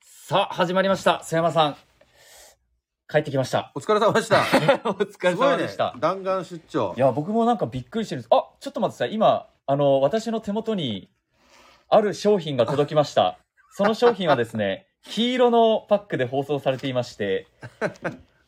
さあ、始まりました。須山さん。帰ってきました。お疲れ様でした。 お疲れすご様いでねした。。弾丸出張い。や、僕もなんかびっくりしてるんです。あ、ちょっと待ってください。今、あの、私の手元に、ある商品が届きました。その商品はです ね、黄色のパックで包装されていまして、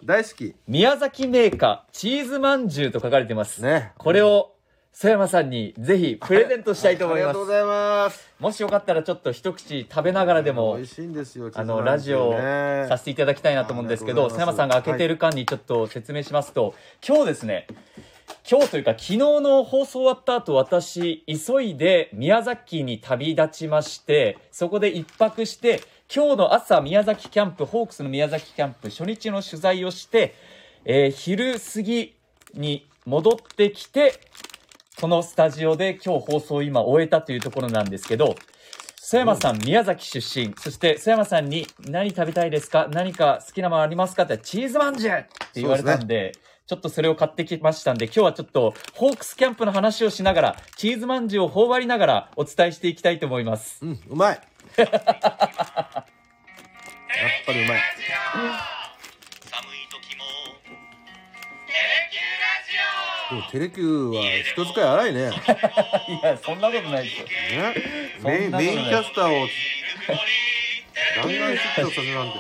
大好き。宮崎メーカーチーズまんじゅうと書かれてます。ね。これを、須山さんにぜひプレゼントしたいと思いあまりすがとう。ございます。もしよかったらちょっと一口食べながらでも美味しいんですよ。あのラジオをさせて。ていただきたいなと思うんですけあど、りがと佐うござい山まさんがす開けている間にちょっと説明しますと、今日ですね、今日というか昨日の放送終わった後、私、急いで宮崎に旅立ちまして、そこで一泊して、今日の朝、宮崎キャンプ、ホークスの宮崎キャンプ、初日の取材をして、えー昼過ぎに戻ってきて、このスタジオで今日放送を今終えたというところなんですけど、須山さん、宮崎出身。そして、須山さんに、何食べたいですか何か好きなものありますかって、チーズまんじゅうって言われたんでそうちょっとそれを買ってきましたんで、今日はちょっと、ホークスキャンプの話をしながら、チーズまんじゅうを頬張りながら、お伝えしていきたいと思います。うん、うまい。やっぱりうまい。寒い時もテレキュでもテレキューは人使い荒いね。いや、そんなことないですよ。ね。そんなことないメインメインキャスターをラジオぬくも弾り丸出張させなんて。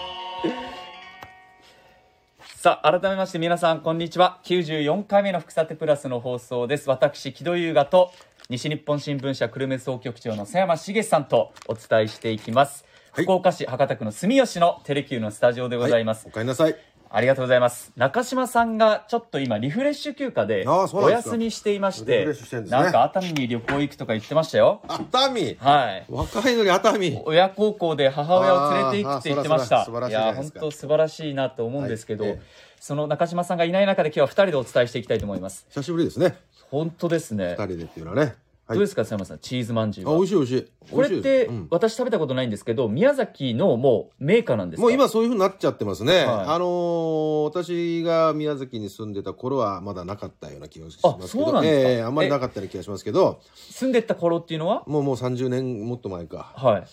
さあ、改めまして皆さん、こんにちは。94回目の福さてプラスの放送です。私、木戸優雅と、西日本新聞社久留米総局長の瀬山茂さんとお伝えしていきます。はい福岡市博多区の住吉のテレキューのスタジオでございます。おかえりなさい。ありがとうございます。中島さんがちょっと今リフレッシュ休暇でああそうおなんですか休みしていましリて、フレッシュしてんですねなんか熱海に旅行行くとか言ってましたよ。熱海。はい。若いのに熱海。親孝行で母親を連れて行くって言ってました。あーあーそらそら素晴らしいいじゃなや、いで本すか当素晴らしいなと思うんですけど、はいええその中島さんがいない中で今日は2人でお伝えしていきたいと思います。久しぶりですね。本当ですね。二人でっていうのはね。はどうい。ですか、佐山さん、チーズまんじゅうあ、美は。味しい美味しい。こ美れ味しっいですてうん私食べたことないんですけど、宮崎のもうメーカーなんですかもう今そういうふうになっちゃってますね、はいあのー私が宮崎に住んでた頃はまだなかったような気がしますけあそうなんどですかええあんまりなかったような気がしますけど住んでった頃っていうのは、もうもう30年もっと前か、はい。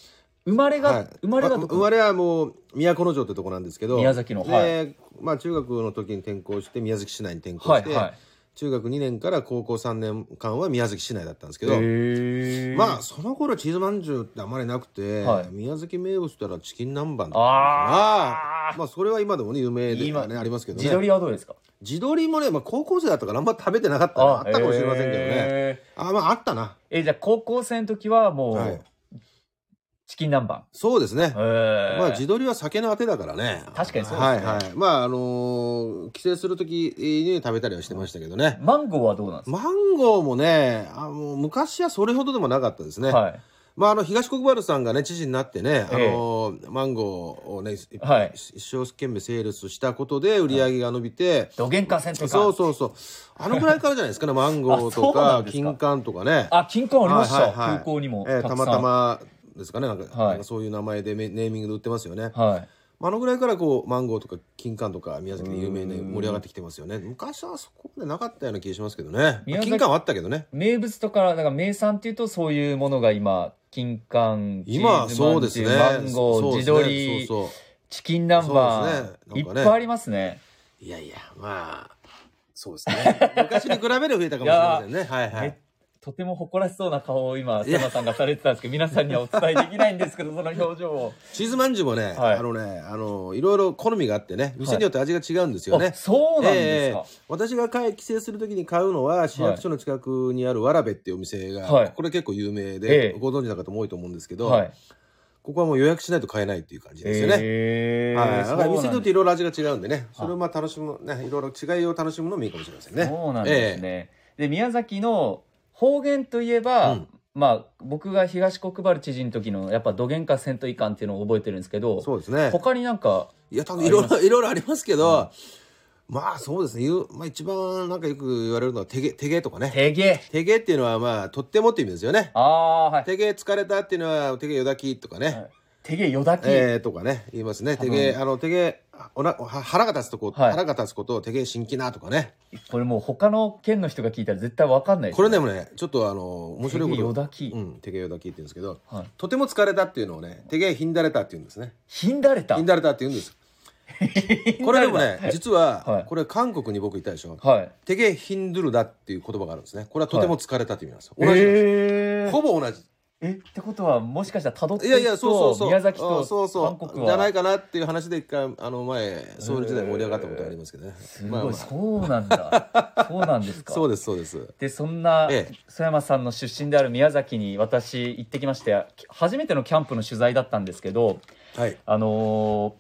生まれが、はい、生まれがあどこ生まれはもう都城ってとこなんですけど宮崎のではまあ、中学の時に転校して宮崎市内に転校して、はいはい中学2年から高校3年間は宮崎市内だったんですけど、へえまあその頃チーズまんじゅうってあまりなくて、はい宮崎名物ったらチキン南蛮だったのかあなまあそれは今でもね有名で、今ね、ありますけどね自撮りはどうですか自撮りもね、まあ、高校生だったからあんま食べてなかったなあったかもしれませんけどねへーあまああったなえじゃあ高校生の時はもう、はいチキン南蛮そうですね、へーまあ自撮りは酒のあてだからね確かにそうですねはいはいまああのー帰省する時に食べたりはしてましたけどねマンゴーはどうなんですマンゴーもねあもう昔はそれほどでもなかったですね、か、はい、まあ、あの東国原さんがね知事になってね、ええあのーマンゴーをね、いはい一生懸命セールスしたことで売り上げが伸びて、どげんかせんとかそうそうそうあのぐらいからじゃない ですかねマンゴーあそとうなかんですか金柑とかねあ金柑ありました、はいはいはい空港にも、えーたたくさんまたまですかねなんか,、はいなんかそういう名前でめネーミングで売ってますよね、はいあのぐらいからこうマンゴーとか金柑とか宮崎で有名で盛り上がってきてますよね昔はそこまでなかったような気がしますけどね宮崎金柑はあったけどね名物とかだから名産っていうとそういうものが今金柑今はチーズまんじゅそうですねマンゴー、そうで自すね撮りそうそチキン南蛮、そうですねいなっんかねぱいありますねういやいやまあそうです ね昔に比べれば増えたかもしれませんねはいはめいとても誇らしそうな顔を今、瀬山さんがされてたん ですけど、皆さんにはお伝えできないんですけど、その表情を。チーズまんじゅうもね、はいあのねあのいろいろ好みがあってね店によって味が違うんですよね、あそうなんですか。ええ私が帰帰省するときに買うのは市役所の近くにあるわらべっていうお店が、はいこれ結構有名で、ええご存知の方も多いと思うんですけど、はい。ここはもう予約しないと買えないっていう感じですよね。ええはい、だからそう店なんによっでていろいろ味が違うんでねそれをまあ楽しむねいろいろ違いを楽しむのもいいかもしれませんねすそうなんですえね。で、宮崎の方言といえば、うんまあ、僕が東国原知事の時の、やっぱ、どげんかせんといかんっていうのを覚えてるんですけえど、そうですね他になんか、いや多分いろいろいろいろありますけど、まあそうですね言う、まあ、一番なんかよく言われるのは手毛手毛とかねてげ手毛っていうのはまあとってもって意味ですよねああー、はい。手毛疲れたっていうのは手毛よだきとかね、はい手芸よだき、えー、とかね、言いますね。手芸、あの、手芸、おな、は腹が立つとこ、はい腹が立つことを手芸新規なとかね。これもう他の県の人が聞いたら絶対わかんないですこれでもね、ちょっとあの、面白いこ手と。芸よだきうん、手芸よだきって言うんですけど、はいとても疲れたっていうのをね、手芸ひんだれたって言うんですね。ひんだれたひんだれたって言うんです。これでもね、実は、はいこれ韓国に僕いたでしょ。はい手芸ヒンドゥルだっていう言葉があるんですね。これはとても疲れたって意味なんですよ。同じなんです、えほぼ同じ。えってことはもしかしたらたどっていいやいくや、そうそうとそう。宮崎あとそうそう韓国じゃなはいかなっていう話で一回、あの前、総理時代盛り上がったことありますけどね。すまあまごあいそうなんだそうなんです かそうです、そうです。でそんなええ曽山さんの出身である宮崎に私行ってきまして初めてのキャンプの取材だったんですけどはい。あのー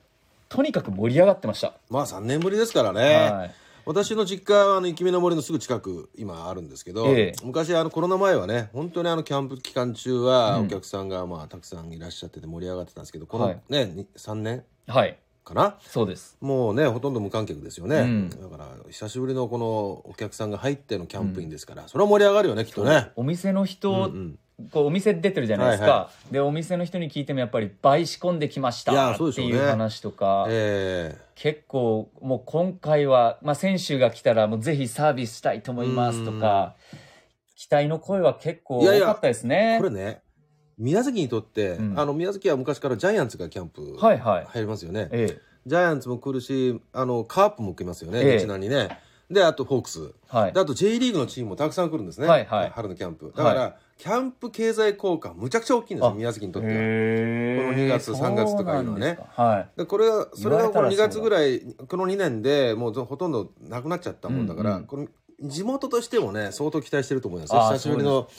とにかく盛り上がってました、まあ3年ぶりですからね。はい私の実家はあの生き目の森のすぐ近く今あるんですけど、ええ昔あのコロナ前はね本当にあのキャンプ期間中はうんお客さんがまあたくさんいらっしゃってて盛り上がってたんですけどこはのいね、に3年はいかなそうですもうねほとんど無観客ですよね、うんだから久しぶりのこのお客さんが入ってのキャンプインですから、それは盛り上がるよねきっとね。お店の人、うんうんこうお店出てるじゃないですか、はいでお店の人に聞いてもやっぱり倍仕込んできましいたやっそうでてしょういねう話とか、え結構もう今回は、まあ、選手が来たらもうぜひサービスしたいと思いますとか期待の声は結構いやい多やかったですえねこれね宮崎にとって、うんあの宮崎は昔からジャイアンツがキャンプは入いはいりますよね、ええジャイアンツも来るしあのカープも来ますよね、ええ日南にねであとホークスはいであと J リーグのチームもたくさん来るんですね、はいはい春のキャンプだから、はキャンプ経済効果むちゃくちゃ大きいんですよあ宮崎にとっては。へこーの2月3月とかいうのそうなんはねですかはいでこれはそれがこの2言われたらそ月うだぐらいこの2年でもうぞほとんどなくなっちゃったもんだから、うんうんこの地元としてもね相当期待してると思いますあー久しぶりの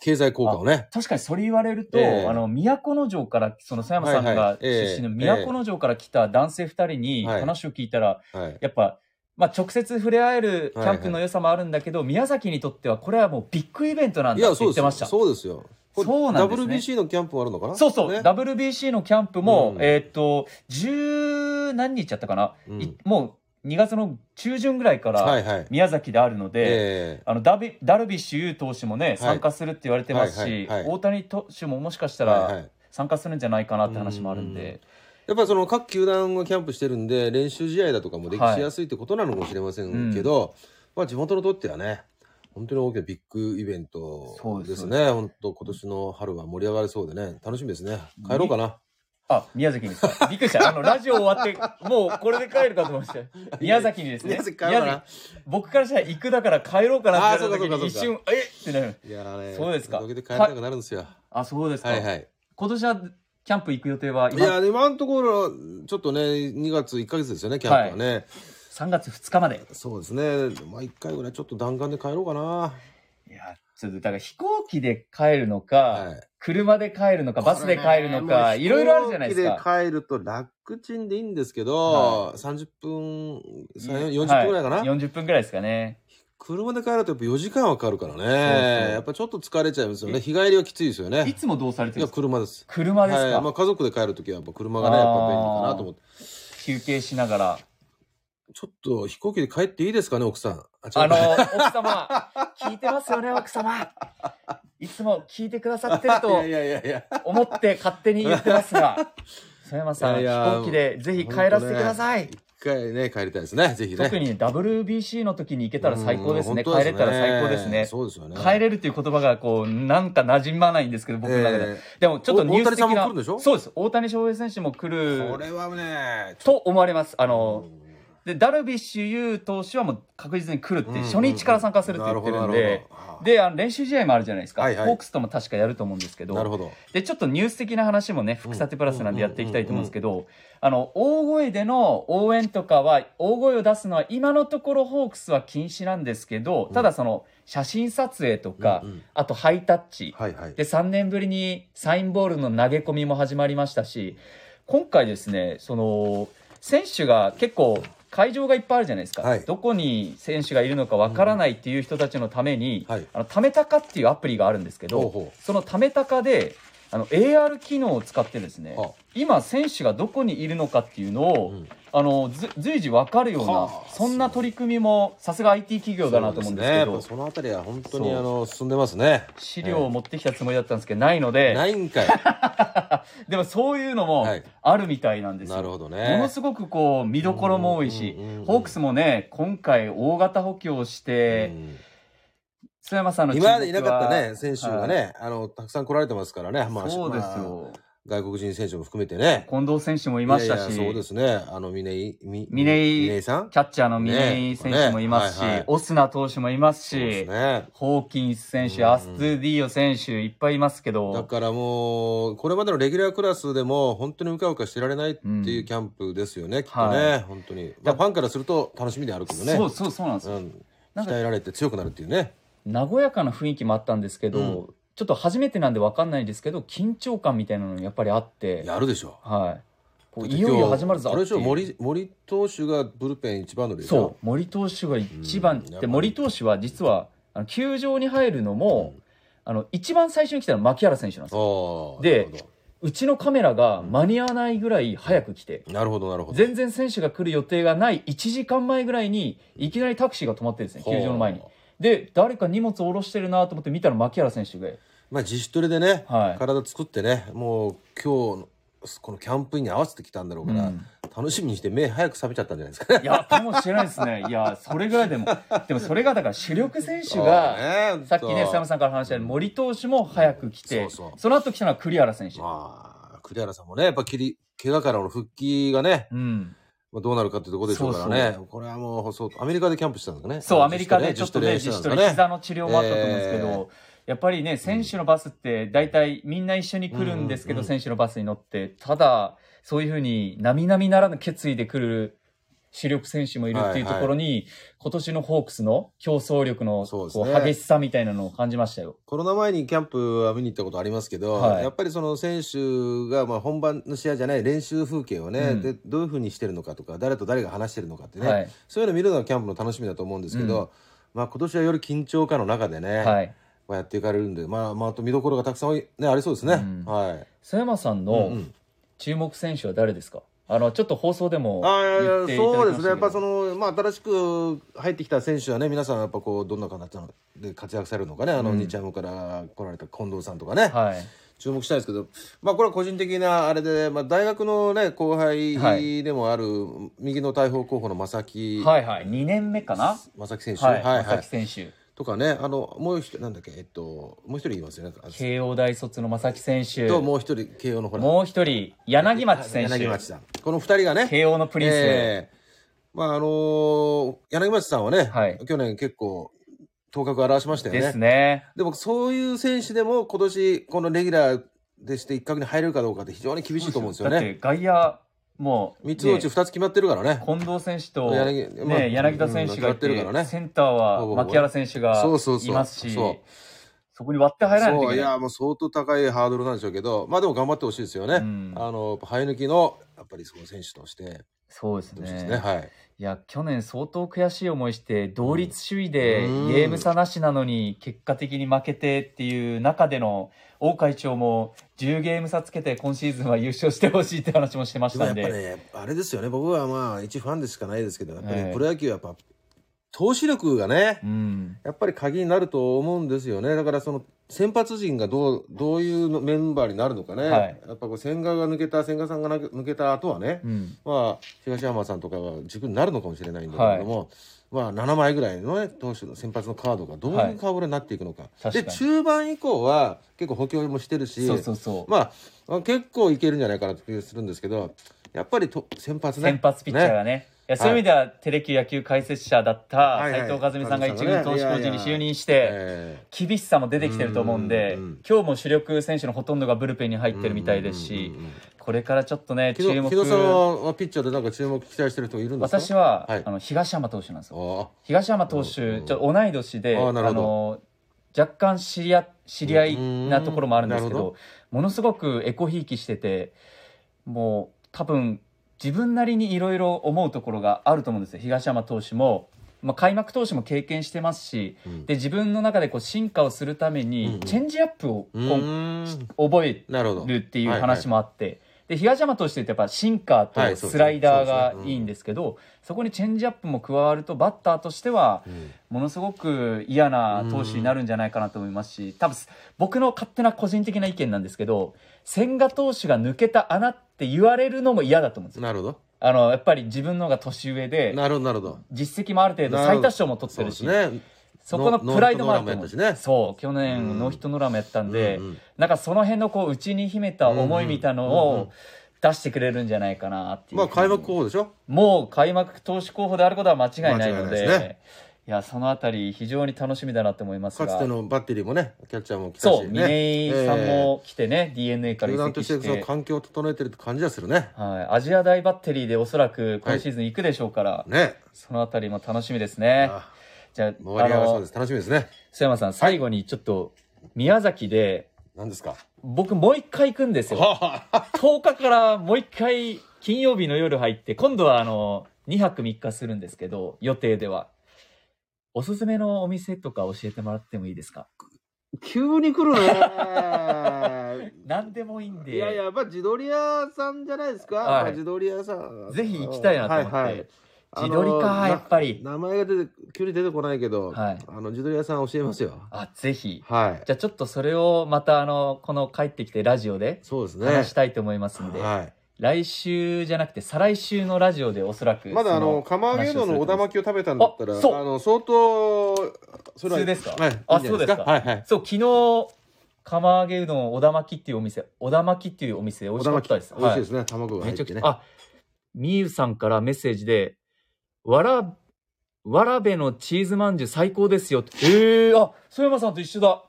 経済効果をね確かにそれ言われると、ええあの都城からその佐山さんはいはがいええ出身の都城から来た男性2人にはい話を聞いたら、はいやっぱ、まあ、直接触れ合えるキャンプの良さもあるんだけど、宮崎にとってはこれはもうビッグイベントなんいだやってそ言っうですてまよした。そうですよこれそうなんですね WBC のキャンプもあるのかなそうそう、ね WBC のキャンプも、うんえーっと、十何日やったかな、うんいもう2月の中旬ぐらいかはらいはい宮崎であるので、えあのダビダルビッシュ有投手もね、参加するって言われてますし、はいはいはいはい大谷投手ももしかしたえはいはらい参加するんじゃないかなって話もあるんで、やっぱりその各球団がキャンプしてるんで練習試合だとかもできしやすいってことなのかもしれませんけど、まあ、地元にとってはね本当に大きなビッグイベンそトうでですすね本当今年の春は盛り上がりそうでね楽しみですね帰ろうかなあ、宮崎にです か。びっくりした。あの、ラジオ終わって、もうこれで帰るかと思いました。宮崎にですね。宮崎帰ろうかな崎僕からしたら行くだから帰ろうかなってなった時あーそにうかそうか一そう瞬、えってなる。いやーねそうですかおかげで帰れなくなるんですよあ、そうですか。はいはい今年はキャンプ行く予定はい今、や今のところちょっとね2月1か月ですよねキャンプはね、 3月2日まで。そうですねまあ1回ぐらいちょっと弾丸で帰ろうかないや、ちょっとだから飛行機で帰るのか、はい車で帰るのか、バスで帰るのか、いろいろあるじゃないですか。飛行機で帰ると楽ちんでいいんですけど、は30分、3 40分ぐらいかな、は40分ぐらいですかね。車で帰るとやっぱ4時間はかかるからね。そうやっぱちょっと疲れちゃいますよね。日帰りはきついですよね。いつもどうされているんや、ですか車です。車ですか、はい。まあ家族で帰るときはやっぱ車がね、あやーっぱ便利かなと思って。休憩しながら。ちょっと飛行機で帰っていいですかね、奥さん。あ、違あうの、奥様、聞いてますよね、奥様。いつも聞いてくださってるといやいやいやいや。思って勝手に言ってますが、曽山さん、い飛やいや行機でぜひ帰らせてください。一回ね、帰りたいですね。ぜひね。特に WBC の時に行けたら最高ですね。うん本当帰れたら最高ですね。そうですよね。帰れるっていう言葉がこう、なんか馴染まないんですけど、僕の中で。えでもちょっとニュース的お大谷さんもな来るんでしょそうです。大谷翔平選手も来ーこるれはね、と思われます。あの、うんで、ダルビッシュ有投手はもう確実に来るって、初日から参加するって言ってるんなるでほど、なるほどで、あの練習試合もあるじゃないですか。はいはいホークスとも確かやると思うんですけど。なるほど。で、ちょっとニュース的な話もね、福さてプラスなんでやっていきたいと思うんですけど、あの、大声での応援とかは、大声を出すのは今のところホークスは禁止なんですけど、ただその、写真撮影とか、うんうんあとハイタッチ。はいはい。で、3年ぶりにサインボールの投げ込みも始まりましたし、今回ですね、その、選手が結構、会場がいっぱいあるじゃないですか、はいどこに選手がいるのかわからないっていう人たちのために、はいあの、ためたかっていうアプリがあるんですけど、ほうほうそのためたかで、あの AR 機能を使ってですねあ今選手がどこにいるのかっていうのを、うんあのず随時分かるようなはあそんな取り組みもさすが IT 企業だなと思うんですけそどうねやっぱそのあたりは本当にそうあの進んでますね資料を持ってきたつもりだったんですけどないのでないんかいでもそういうのもはいあるみたいなんですよ、なるほどものねすごくこう見どころも多いし、うんうんうんうんホークスもね今回大型補強をして、うん須山さんの今までい注目なはかったね選手がね、あのたくさん来られてますからね、まあ、そうですまあよ、外国人選手も含めてね近藤選手もいましたしややそうですねあの峰井み峰井峰井さんキャッチャーの峰井選手もいますし、ねはいはいオスナ投手もいますしそうですねホーキンス選手、うんうんアストゥディオ選手いっぱいいますけだど、からもうこれまでのレギュラークラスでも本当にうかうかしてられないっていううんキャンプですよね、きっとね、は本当に、まあ、ファンからすると楽しみであるけどねそうそうそうなんですよ、うん、なんか鍛えられて強くなるっていうね和やかな雰囲気もあったんですけど、うんちょっと初めてなんで分かんないですけど緊張感みたいなのやっぱりあって、やるでしょはい、こうだってい今よ日いよ始まるぞっあてれでしょいう森森投手がブルペン一番乗りでしょそう森投手が一番うんやでっぱり森投手は実はあの球場に入るのも、あの一番最初に来たのは牧原選手なんですよああでうちのカメラが間に合わないぐらい早く来て、なるほどなるほど全然選手が来る予定がない1時間前ぐらいにいきなりタクシーが止まってですね球場の前にはあで誰か荷物を下ろしてるなと思って見たら牧原選手でまあ自主トレでね、はい体作ってねもう今日のこのキャンプインに合わせてきたんだろうから、うん楽しみにして目早く覚めちゃったんじゃないですかねいやかもしれないですねいやそれぐらいでもでもそれがだから主力選手 そうがねほんとさっきね須山さんから話したように森投手も早く来てそうそうその後来たのは栗原選手まあ、栗原さんもね、やっぱ切り、怪我からの復帰がね、うんまあ、どうなるかってとこでしょうからね。これはもう、そう、アメリカでキャンプしてたんですかね。そうあのアメリカでちょっとね自主トレ膝の治療もあったと思うんですけどやっぱりね選手のバスって大体みんな一緒に来るんですけうんうどん選手のバスに乗ってただそういうふうに並々ならぬ決意で来る主力選手もいるっていうところに今年のホークスの競争力のそうですこねう激しさみたいなのを感じましたよ。コロナ前にキャンプは見に行ったことありますけど、はいやっぱりその選手がまあ本番の試合じゃない練習風景をね、うんでどういうふうにしてるのかとか誰と誰が話してるのかってね、はいそういうの見るのがキャンプの楽しみだと思うんですけど、まあ、今年はより緊張感の中でね、はいまあ、やっていかれるんで、まあまあ、あと見どころがたくさん、ね、ありそうですね。うんはい曽山さんうんうのん注目選手は誰ですかあのちょっと放送でもああいやいや言っていただきまそうしたけですね、どやっぱその、まあ、新しく入ってきた選手はね、皆さん、やっぱこう、どんな形で活躍されるのかね、あの、うん日ハムから来られた近藤さんとかね、はい注目したいですけど、まあ、これは個人的なあれで、まあ、大学のね、後はい輩でもある、右の大砲候補の正木、はいはい2年目かな正木選手、はいはい正木選手とかね、あの、もう一人、なんだっけ、えっと、もう一人いますよね、あ慶応大卒の正木選手と、もう一人、慶応のほら、もう一人、柳町選柳町手、さん。この二人がね、慶応のプリンス、ええまああのー柳町さんはね、はい去年結構頭角を現しましたよね。ですね。でもそういう選手でも今年このレギュラーでして一角に入れるかどうかって非常に厳しいと思うんですよだっね。て外野、もう、三つのうちね二つ決まってるからね。近藤選手と、柳ねまあ柳田選手がいて,、うん決まってるからねセンターは牧原選手がそうそうそういますし、そそこに割って入らないといそういけない。やもう相当高いハードルなんでしょうけど、まあでも頑張ってほしいですよね。うんあの生え抜きのやっぱりその選手としてやってそうですほしねいですね。はい。いや去年相当悔しい思いして同率首位でうんゲーム差なしなのに結果的に負けてっていう中での王会長も10ゲーム差つけて今シーズンは優勝してほしいって話もしてましでもたやんっぱで。ね、あれですよね。僕はまあ一ファンでしかないですけど、やっぱええりプロ野球はやっぱ投手力がねう、んやっぱり鍵になると思うんですよね。だからその先発陣がどうどういうのメンバーになるのかね。はいやっぱこう千賀が抜けた千賀さんがな抜けた後はね、うんまあ東山さんとかが軸になるのかもしれないんだけれども、まあ7枚ぐらいのね投手の先発のカードがどういう顔ぶれになっていくのか。確かにで中盤以降は結構補強もしてるし、そうそうそう。まあ結構いけるんじゃないかなという気がするんですけど、やっぱりと先発ね。先発ピッチャーがね。いやそういう意味では、テレキュー野球解説者だったはいはい斉藤和美さんが一軍投手コーチに就任して、ええ厳しさも出てきてると思うんで、うんうんうん今日も主力選手のほとんどがブルペンに入ってるみたいですし、うんうんうんうんこれからちょっとね、木注戸目木戸さんはピッチャーでなんか注目期待してる人いるんですか私は、はいあの東山投手なんですよ。あ東山投手、うんうんちょっと同い年で、あーなるほの若干知り合知り合いなところもあるんですけうんなどるほものすごくエコひいきしててもう多分自分なりにいろいろ思うところがあると思うんですよ東山投手もまあ、開幕投手も経験してますし、うんで自分の中でこう進化をするためうんうにんチェンジアップをこううーん覚えなるほど。るっていうはい話もあって、で東山投手ってやっぱシンカはーいとそうですねスライダーそうがですねうんいいんですけど、そこにチェンジアップも加わるとバッターとしてはうんものすごく嫌な投手になるんじゃないかなと思いますし多分僕の勝手な個人的な意見なんですけど千賀投手が抜けた穴って言われるのも嫌だと思うんですよ。なるほど。あのやっぱり自分の方が年上でなるほど、なるほど。実績もある程度なるほ最ど多勝も取ってそうるでしすね。そこのプライドもあると思ノうーヒットノーランもやったしねそう去う年んノーヒットノーランもやったんで、うんうんなんかその辺のこう内に秘めた思いみたいのうんうんを出してくれるんじゃないかなっていうまあ、開幕候補でしょもう開幕投手候補であることは間違いないの間違いないでですねいやそのあたり非常に楽しみだなと思いますかがつてのバッテリーもね、キャッチャーも来たしそうね。峰井さんも来てね、DNA えかー。ら球移団と籍してしそのて、環境を整えてるって感じはするね。はい、アジア大バッテリーでおそらく今シーズン行くでしょうから、ね。そのあたりも楽しみですねああじゃあ盛り上がりそうでのす。楽しみですね。須山さん最後にちょっと宮崎で何ですか僕もう一回行くんですよ はあ10日からもう一回金曜日の夜入って今度はあの2泊3日するんですけど予定ではおすすめのお店とか教えてもらってもいいですか急に来るね。何でもいいん でいやいや、やっぱ自撮り屋さんじゃないですか。はいまあ自撮り屋さん。ぜひ行きたいなと思って、はいはい自撮りかあのやっぱりな名前が出て、急に出てこないけど、はいあの自撮り屋さん教えますよ。あぜひはい。じゃあちょっとそれをまたあのこの帰ってきてラジオでそうですね。話したいと思いますんで、は来週じゃなくて再来週のラジオでおそらくい。まだあの、そ釜揚げうどんのおだまきを食べたんだったら、ああそうの、相当、そ普通ですかはい。いいんじあゃないそうですかはいはい。そう昨日釜揚げうどん小田巻きっていうお店小田巻きっていうお店美味しかったですおだまき美味しいはいですね。卵が入めっちゃくてちゃ、ね。あみゆさんからメッセージで「わらわらべのチーズまんじゅう最高ですよ」ってえー、あ曽山さんと一緒だ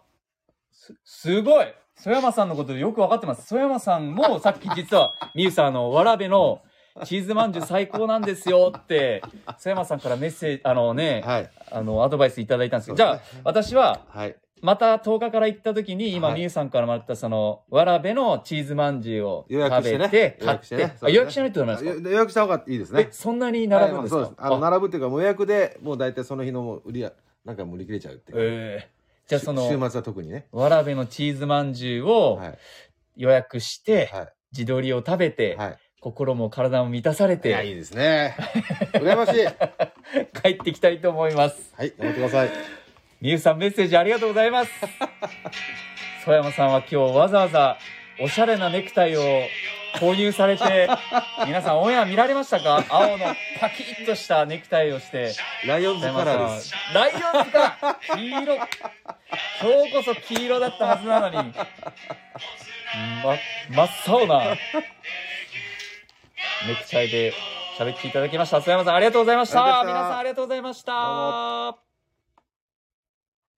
すすごい曽山さんのことよく分かってます曽山さん もさっき実はみゆさんあのわらべのチーズまんじゅう最高なんですよ って曽山さんからメッセージあのね、はい。あのアドバイスいただいたんですけどじそうゃであすね私ははい。また10日から行った時に今はいみゆさんからもらったそのわらべのチーズまんじゅうを予食約してべね。て予買っ約しててね。あ予約しないとダメなんでですすか予約した方がいいですかねえ。そんなに並ぶんですはいかまあそうです。あの、あ並ぶっていうか、もう予約で、もう大体その日のもう売りや、なんかもう売り切れちゃうっていう。ええじゃあそ週週の末は特にね。わらべのチーズまんじゅうをはい。予約しては自撮りを食べい。てはい。心も体も満たされいや、いていですね。 羨ましい。は帰ってきたいと思いますい、頑張ってください。みゆさんメッセージありがとうござい ます曽山さんは今日わざわざおしゃれなネクタイを購入されて皆さんオンエア見られましたか青のパキッとしたネクタイをしてライオンズ曽カ山さラーでんす。ライオンズか黄色今日こそ黄色だったはずなのにま真っ青なネクタイで喋っていただきました曽山さんありがとうございましたありがとうございました皆さんありがとうございました